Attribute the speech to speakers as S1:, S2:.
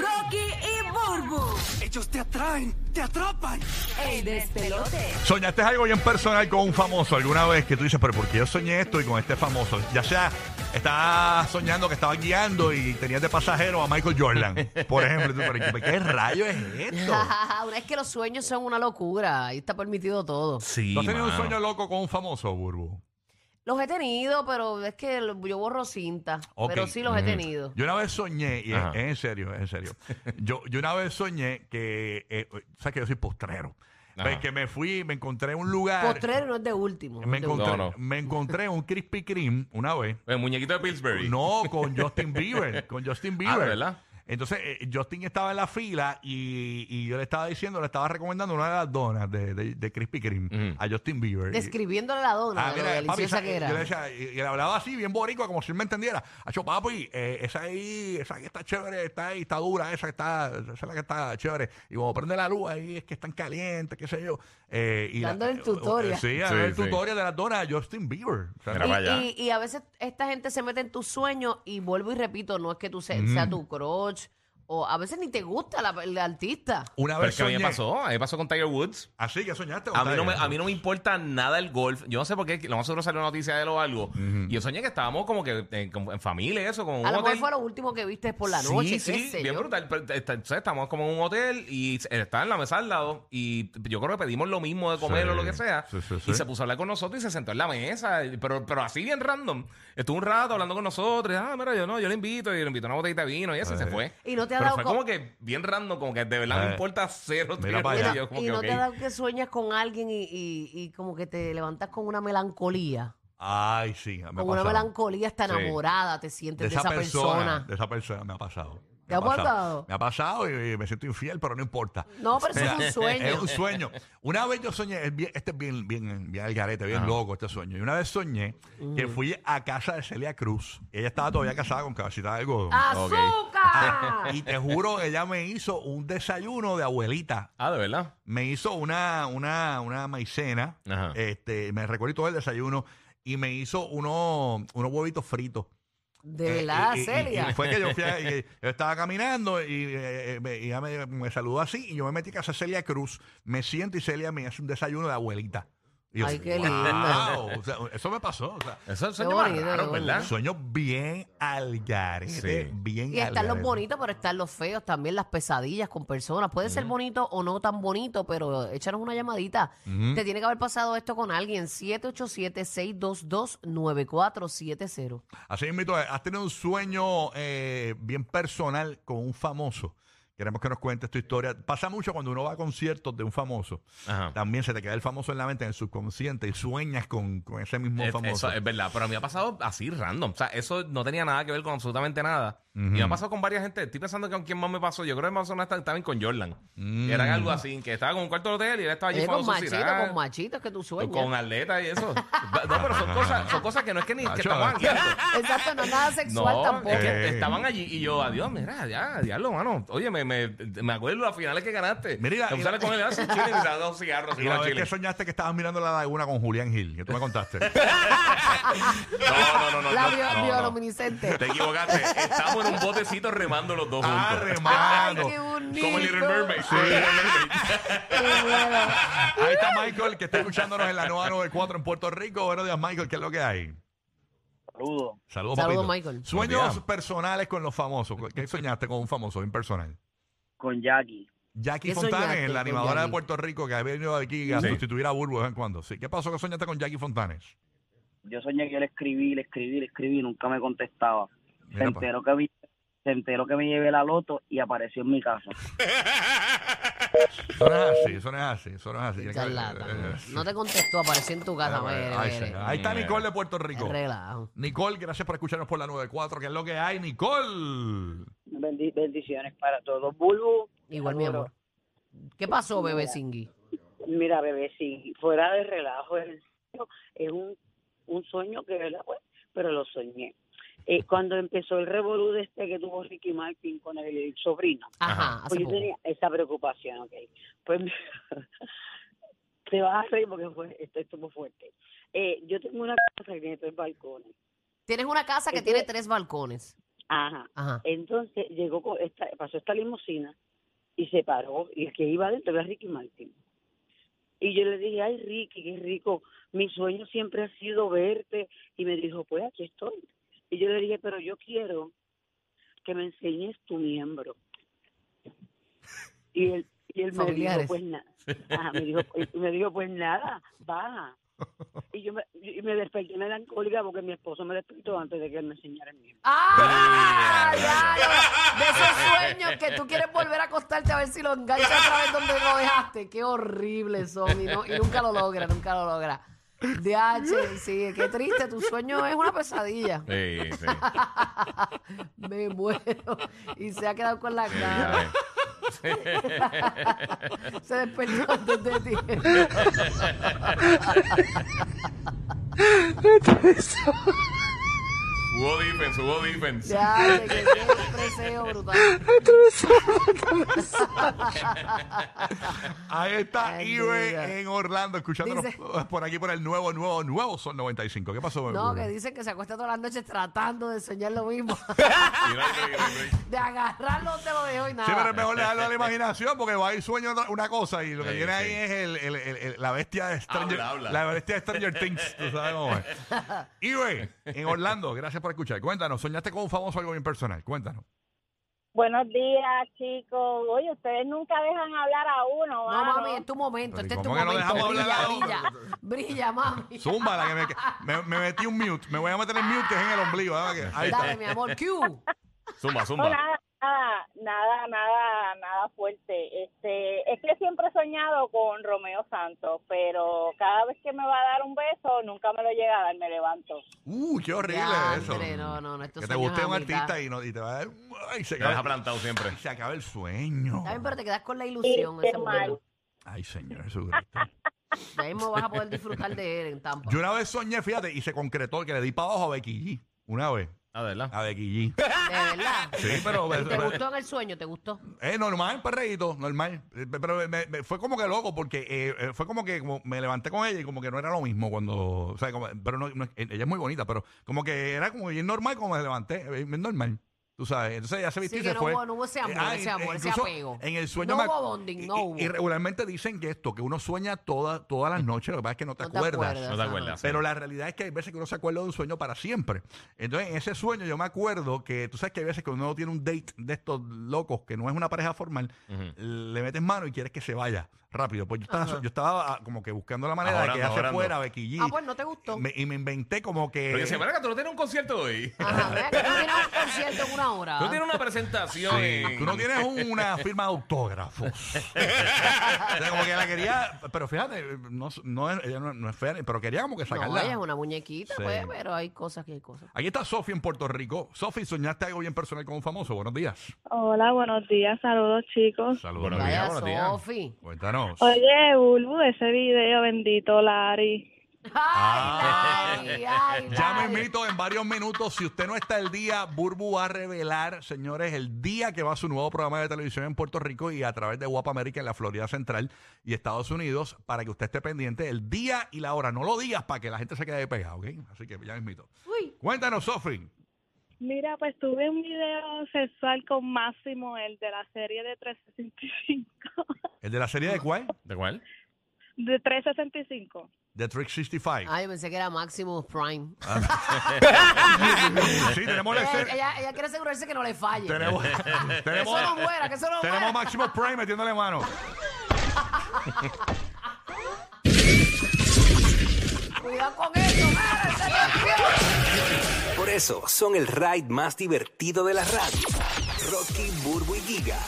S1: Rocky y Burbu.
S2: Ellos te atraen, te atrapan.
S1: El despelote.
S3: ¿Soñaste algo bien personal con un famoso alguna vez que tú dices, pero ¿por qué yo soñé esto y con este famoso? Ya sea, estabas soñando que estabas guiando y tenías de pasajero a Michael Jordan, por ejemplo. Y tú, pero ¿qué rayo es esto?
S4: Una es que los sueños son una locura. Ahí está permitido todo.
S5: Sí,
S3: ¿Tú has tenido un
S5: mano.
S3: sueño loco con un famoso, Burbu?
S4: Los he tenido, pero es que lo- yo borro cinta.
S3: Ok.
S4: Pero sí
S5: Mm.
S4: los he tenido.
S3: Yo una vez soñé, y es,
S5: Ajá.
S3: es en serio, es en serio. Yo, yo una vez soñé que, eh, sabes que yo soy postrero,
S5: Ajá.
S3: Ve que me fui, me encontré en un lugar,
S4: Postrero no es de último. no
S3: me
S4: es de último.
S3: encontré,
S5: No, no.
S3: me encontré un Krispy Kreme una vez,
S5: El muñequito de Pillsbury.
S3: no con Justin Bieber, con Justin
S5: Ah,
S3: Bieber,
S5: ¿verdad?
S3: Entonces eh, Justin estaba en la fila y, y yo le estaba diciendo, le estaba recomendando una de las donas de, de, de Krispy Kreme
S5: Ujú.
S3: a Justin Bieber. Y-
S4: Describiéndole la dona,
S3: Ah,
S4: de lo
S3: mira, papi,
S4: deliciosa
S3: esa-
S4: que era.
S3: yo le decía- y, y le hablaba así, bien boricua, como si él me entendiera. Acho, papi, eh, esa ahí, esa que está chévere, está ahí, está dura, esa que está, esa es la que está chévere. Y como prende la luz ahí, es que están calientes, qué sé yo. Eh, y la-
S4: Dándole el tutorial.
S3: Sí,
S5: Sí,
S3: dándole el
S5: sí.
S3: tutorial de las donas a Justin Bieber. O sea,
S5: Mira,
S4: Y-
S5: para allá.
S4: y, y a veces esta gente se mete en tus sueños y vuelvo y repito, no es que tú se-
S5: Mm.
S4: sea tu crotch o a veces ni te gusta la, el artista.
S3: una
S5: Pero
S3: vez
S5: es que a mí me
S3: soñé-
S5: pasó, a mí me pasó con Tiger Woods.
S3: Así que soñaste.
S5: A mí, no me,
S3: Octavio.
S5: a mí no me importa nada el golf. Yo no sé por qué. Lo más seguro salió una noticia de él o algo. Y yo soñé que estábamos como que en, como en familia, eso, como en un
S4: A lo mejor
S5: hotel.
S4: fue lo último que viste por la noche,
S5: sí,
S4: qué
S5: sí,
S4: sé
S5: bien
S4: yo.
S5: brutal. Pero, eh, está- o sea, estamos como en un hotel y él estaba en la mesa al lado. Y yo creo que pedimos lo mismo de comer
S3: Sí,
S5: o lo que sea.
S3: sí, sí,
S5: Y
S3: sí.
S5: se puso a hablar con nosotros y se sentó en la mesa. y- Pero, pero así bien random. Estuvo un rato hablando con nosotros. y, Ah, mira, yo no, yo le invito. Y le invito una botellita de vino y eso, y se fue.
S4: Y no te ha
S5: Pero
S4: dado
S5: fue
S4: co-
S5: como que bien random, como que de verdad
S3: Eh,
S5: me importa cero.
S3: mira
S5: tío,
S3: para allá.
S5: y yo como
S4: y
S5: que,
S4: no
S5: ok.
S4: te da que sueñas con alguien y, y- y como que te levantas con una melancolía.
S3: Ay, sí, me ha
S4: con una
S3: pasado.
S4: melancolía hasta
S5: Sí.
S4: enamorada te sientes de esa, persona.
S3: De esa persona me ha pasado.
S4: ¿Te ha
S3: Me
S4: pasado?
S3: Me ha pasado y, y me siento infiel, pero no importa.
S4: No, pero eso es un sueño.
S3: Es un sueño. Una vez yo soñé, es bien- este es bien, bien, bien al garete,
S5: Ah.
S3: bien loco este sueño. Y una vez soñé que fui a casa de Celia Cruz. Ella estaba todavía casada con cabecita de algodón.
S4: Ah. ¡Azúcar!
S3: Y te juro, ella me hizo un desayuno de abuelita
S5: Ah, de verdad.
S3: me hizo una, una, una maicena,
S5: Ajá.
S3: este, me recuerdo todo el desayuno, y me hizo unos unos huevitos fritos.
S4: de
S3: Eh,
S4: verdad,
S3: y- y- y-
S4: Celia.
S3: y fue que yo, fui a- y- yo estaba caminando y eh, eh, me- y ella me, me saludó así, y yo me metí a casa de Celia Cruz, me siento y Celia me hace un desayuno de abuelita. Y yo,
S4: Ay, qué
S3: "Wow",
S4: linda.
S3: o sea, eso me pasó. O sea,
S5: Eso es
S4: Qué
S5: sueño
S4: bonito,
S5: raro,
S4: qué
S5: ¿verdad?
S3: sueños bien al garete,
S5: Sí.
S3: bien
S4: Y
S3: al
S4: están los
S3: garete.
S4: bonitos, pero están los feos también, las pesadillas con personas. Puede ser bonito o no tan bonito, pero échanos una llamadita. Te tiene que haber pasado esto con alguien. 787-622-9470.
S3: Así mismo, eh, has tenido un sueño eh, bien personal con un famoso. Queremos que nos cuentes tu historia. Pasa mucho cuando uno va a conciertos de un famoso.
S5: Ajá.
S3: También se te queda el famoso en la mente, en el subconsciente, y sueñas con, con ese mismo
S5: Es-
S3: famoso.
S5: Eh, Eso es verdad, pero a mí me ha pasado así random. O sea, eso no tenía nada que ver con absolutamente nada. Y me ha pasado con varias gente. Estoy pensando que con quién más me pasó. Yo creo que me pasó una vez también con Jordan. Y eran
S3: Mm.
S5: algo así, que estaba con un cuarto de hotel y él estaba allí
S4: Oye, Eh, con
S5: fumando su
S4: machitos,
S5: cigarro,
S4: con machitos que tú sueñas.
S5: con atletas y eso. no, pero son cosas, son cosas que no es que ni que
S3: Macho.
S5: estaban guiando.
S4: Exacto, no es nada sexual
S5: No,
S4: tampoco.
S5: es que
S3: Eh.
S5: estaban allí y yo, adiós, mira, ya, diablo, mano. Oye, me, me, me acuerdo de las finales que ganaste.
S3: Mira, y la-
S5: Te
S3: y la-
S5: sales con él, le das un chile y le das dos cigarros.
S3: Y la
S5: dos
S3: vez que
S5: chiles.
S3: soñaste que estabas mirando la laguna con Julián Gil, que tú me contaste.
S5: No, no, no, no.
S4: La
S5: no,
S4: bio-
S5: no, no.
S4: bioluminiscente.
S5: Te equivocaste. Estamos en un botecito remando los dos
S3: ¡Ah,
S5: juntos.
S4: Ay,
S3: remando!
S4: qué bonito.
S5: Como el Little Mermaid.
S3: Sí.
S4: Qué bueno.
S3: Ahí está Michael, que está escuchándonos en la 994 en Puerto Rico. Buenos días, Michael, ¿qué es lo que hay?
S6: Saludos.
S4: Saludos,
S3: Saludos, papito.
S4: Michael.
S3: Sueños
S5: Buenos
S3: personales con los famosos. ¿Qué soñaste con un famoso bien personal?
S6: Con Jackie.
S3: Jackie
S4: ¿Qué
S3: Fontanes,
S4: soñaste
S3: la
S4: con
S3: animadora de
S4: Jackie?
S3: Puerto Rico que ha venido aquí a
S5: Sí.
S3: sustituir a Burbu de vez en cuando. Sí. ¿Qué pasó que soñaste con Jackie Fontanes?
S6: Yo soñé que yo le escribí, le escribí, le escribí y nunca me contestaba. Se
S3: Mira, pues. pa.
S6: enteró, que vi- se enteró que me llevé la loto y apareció en mi casa.
S3: Eso no es así, eso no es así, eso no es así. Tiene que-
S4: Charlatán.
S3: eh, eh,
S4: No te contestó, apareció en tu casa.
S3: eh,
S4: mire,
S3: ahí
S4: mire.
S3: sí. Ahí está Nicole de Puerto Rico.
S4: Relajo.
S3: Nicole, gracias por escucharnos por la 94, que es lo que hay, Nicole.
S6: bendiciones para todos. Bulbo.
S4: Igual, mi amor. ¿Qué pasó, bebé Singui?
S7: Mira, bebé, si fuera de relajo, en serio, es un, un sueño que, ¿verdad? Pues, pero lo soñé. Eh, cuando empezó el revolú de este que tuvo Ricky Martin con el sobrino,
S4: Ajá,
S5: Ajá.
S4: hace
S7: pues yo
S4: poco.
S7: tenía esa preocupación, ¿ok? Pues te vas a reír porque fue, esto estuvo fuerte. Eh, yo tengo una casa que tiene tres balcones.
S4: Tienes una casa que
S7: Entonces-
S4: tiene tres balcones.
S7: Ajá.
S4: Ajá.
S7: Entonces llegó con esta, pasó esta limusina y se paró y el que iba adentro era Ricky Martin. Y yo le dije, ay Ricky, qué rico, mi sueño siempre ha sido verte. Y me dijo, pues aquí estoy. Y yo le dije, pero yo quiero que me enseñes tu miembro. Y él, y él me
S4: Familiares.
S7: dijo, pues nada. Ajá, me dijo, y me dijo, pues nada, baja. Y yo me, y me desperté melancólica porque mi esposo me despertó antes de que él me enseñara el miembro.
S4: ¡Ah! diablo! De esos sueños que tú quieres volver a acostarte a ver si lo enganchas otra vez donde lo dejaste. Qué horribles son. Y, no- y nunca lo logra, nunca lo logra. DH, sí, qué triste. Tu sueño es una pesadilla.
S5: Sí, sí.
S4: Me muero. Y se ha quedado con la
S5: Sí, ya
S4: cara.
S5: ves.
S4: Se despertó antes de ti.
S5: Hubo defense, hubo defense.
S4: DH, que qué preseo brutal.
S3: Ahí está
S4: Ay, mira.
S3: Ibe en Orlando, escuchándonos
S4: Dice-
S3: por aquí por el nuevo, nuevo, nuevo Sol 95. ¿Qué pasó?
S4: No,
S3: Burbu?
S4: que dicen que se acuesta todas las noches tratando de soñar lo mismo.
S5: Y no hay break, no hay break.
S4: de agarrarlo te lo dejo y nada.
S3: Sí, pero es mejor dejarlo a la imaginación porque va a ir sueño otra- una cosa y lo que
S5: Sí,
S3: viene
S5: sí.
S3: ahí es el, el- el- el- la bestia de Stranger
S5: Habla, habla.
S3: La bestia de Stranger Things, tú sabes cómo es. Ibe, en Orlando, gracias por escuchar. Cuéntanos, ¿soñaste con un famoso algo bien personal? Cuéntanos.
S8: Buenos días, chicos. Oye, ustedes nunca dejan hablar a uno,
S4: No,
S8: mano.
S4: mami, es tu momento,
S3: Pero,
S4: este es tu
S3: ¿cómo que no
S4: momento.
S3: dejamos
S4: brilla,
S3: hablar a uno?
S4: brilla, brilla, mami.
S3: Zumba, la que me, que- me, me metí un mute. Me voy a meter el mute que es en el ombligo. dame que- ahí está.
S4: Dale, mi amor, Q.
S5: Zumba,
S8: No,
S5: zumba.
S8: nada, nada, nada, nada, nada fuerte. Este, es que siempre he soñado con Romeo Santos, pero cada vez que me va a dar un beso, nunca me lo llega a dar, me levanto.
S3: Uh, qué horrible eso.
S4: Diantre, no, no, no, estos
S3: que te
S4: sueños
S3: guste
S4: a
S3: un
S4: mitad.
S3: artista y, no, y te va a dar. Ay, se
S5: Te deja
S3: acaba,
S5: plantado siempre.
S3: ay, se acaba el sueño.
S4: También, pero te quedas con la ilusión. Ese
S8: mal.
S4: momento.
S3: Ay, señor Jesucristo.
S4: Ya mismo vas a poder disfrutar de él en Tampa.
S3: Yo una vez soñé, fíjate, y se concretó que le di para abajo a Becky G. Una vez.
S5: Ah, ¿verdad?
S3: A Becky G.
S4: De verdad.
S3: Sí, pero.
S4: ¿Y ¿Te gustó en el sueño? ¿Te gustó?
S3: Es normal, perreíto, normal. Eh, Pero me- me- fue como que loco, porque eh, eh, fue como que como me levanté con ella y como que no era lo mismo cuando. O sea, como- pero no- no- ella es muy bonita, pero como que era como bien normal como me levanté, eh, bien normal. Tú sabes, entonces ella se vistió
S4: Sí,
S3: y
S4: que
S3: se
S4: no
S3: fue.
S4: hubo- no hubo ese amor, ese
S3: in-
S4: amor, ese
S3: incluso
S4: apego.
S3: En el
S4: No
S3: sueño me ac-
S4: hubo bonding, no
S3: y-
S4: hubo.
S3: Y, regularmente dicen que esto, que uno sueña toda, todas las noches, lo que pasa es que no te
S4: No te
S3: acuerdas.
S4: acuerdas.
S5: No te acuerdas.
S3: Pero la realidad es que hay veces que uno se acuerda de un sueño para siempre. Entonces, en ese sueño yo me acuerdo que tú sabes que hay veces que uno tiene un date de estos locos que no es una pareja formal,
S5: Ujú.
S3: le metes mano y quieres que se vaya rápido. Pues yo estaba, yo estaba ah, como que buscando la manera de que
S5: Ahorrando,
S3: ella se
S5: ahorrando.
S3: fuera, Becky G.
S4: Ah, pues no te gustó.
S3: Me- y me inventé como que...
S5: Porque se que tú no tienes un concierto hoy.
S4: Ajá, vea que tú tienes un concierto en una hora.
S5: Tú tienes una presentación.
S3: Sí,
S5: en-
S3: tú no tienes una firma de autógrafos. O sea, como que la quería, pero fíjate, no, no es- ella no, no es fea, pero quería como que
S4: No,
S3: sacarla.
S4: ella es una muñequita,
S3: Sí.
S4: pues, pero hay cosas que hay cosas.
S3: Aquí está Sofi en Puerto Rico. Sofi, soñaste algo bien personal con un famoso. Buenos días.
S9: Hola, buenos días, saludos chicos.
S3: Saludos.
S5: Buenos días,
S4: Vaya,
S5: buenos días.
S4: Sofi.
S3: Cuéntanos.
S9: Oye, Bulbu, ese video bendito, Lari.
S3: Ah.
S4: Ay, Lari, ay,
S3: Ya me
S4: Lari.
S3: invito en varios minutos. Si usted no está el día, Burbu va a revelar, señores, el día que va su nuevo programa de televisión en Puerto Rico y a través de Guapa América en la Florida Central y Estados Unidos para que usted esté pendiente el día y la hora. No lo digas para que la gente se quede pegada, ¿ok? Así que ya me invito.
S4: Uy.
S3: Cuéntanos, Sofi.
S9: Mira, pues tuve un video sexual con Máximo, el de la serie de 365.
S3: ¿El de la serie de cuál?
S5: ¿De cuál?
S9: ¿De 365?
S3: De Trick 65.
S4: Ay, Ah, pensé que era Maximus Prime.
S3: Sí, tenemos la
S4: Ella,
S3: serie.
S4: ella- ella quiere asegurarse que no le falle.
S3: Tenemos,
S4: que
S3: tenemos,
S4: eso no muera, que eso no muera.
S3: tenemos Máximo Prime metiéndole mano.
S4: Cuidado con eso. Mara, se te olvidó.
S2: Por eso son el ride más divertido de la radio. Rocky, Burbu y Giga.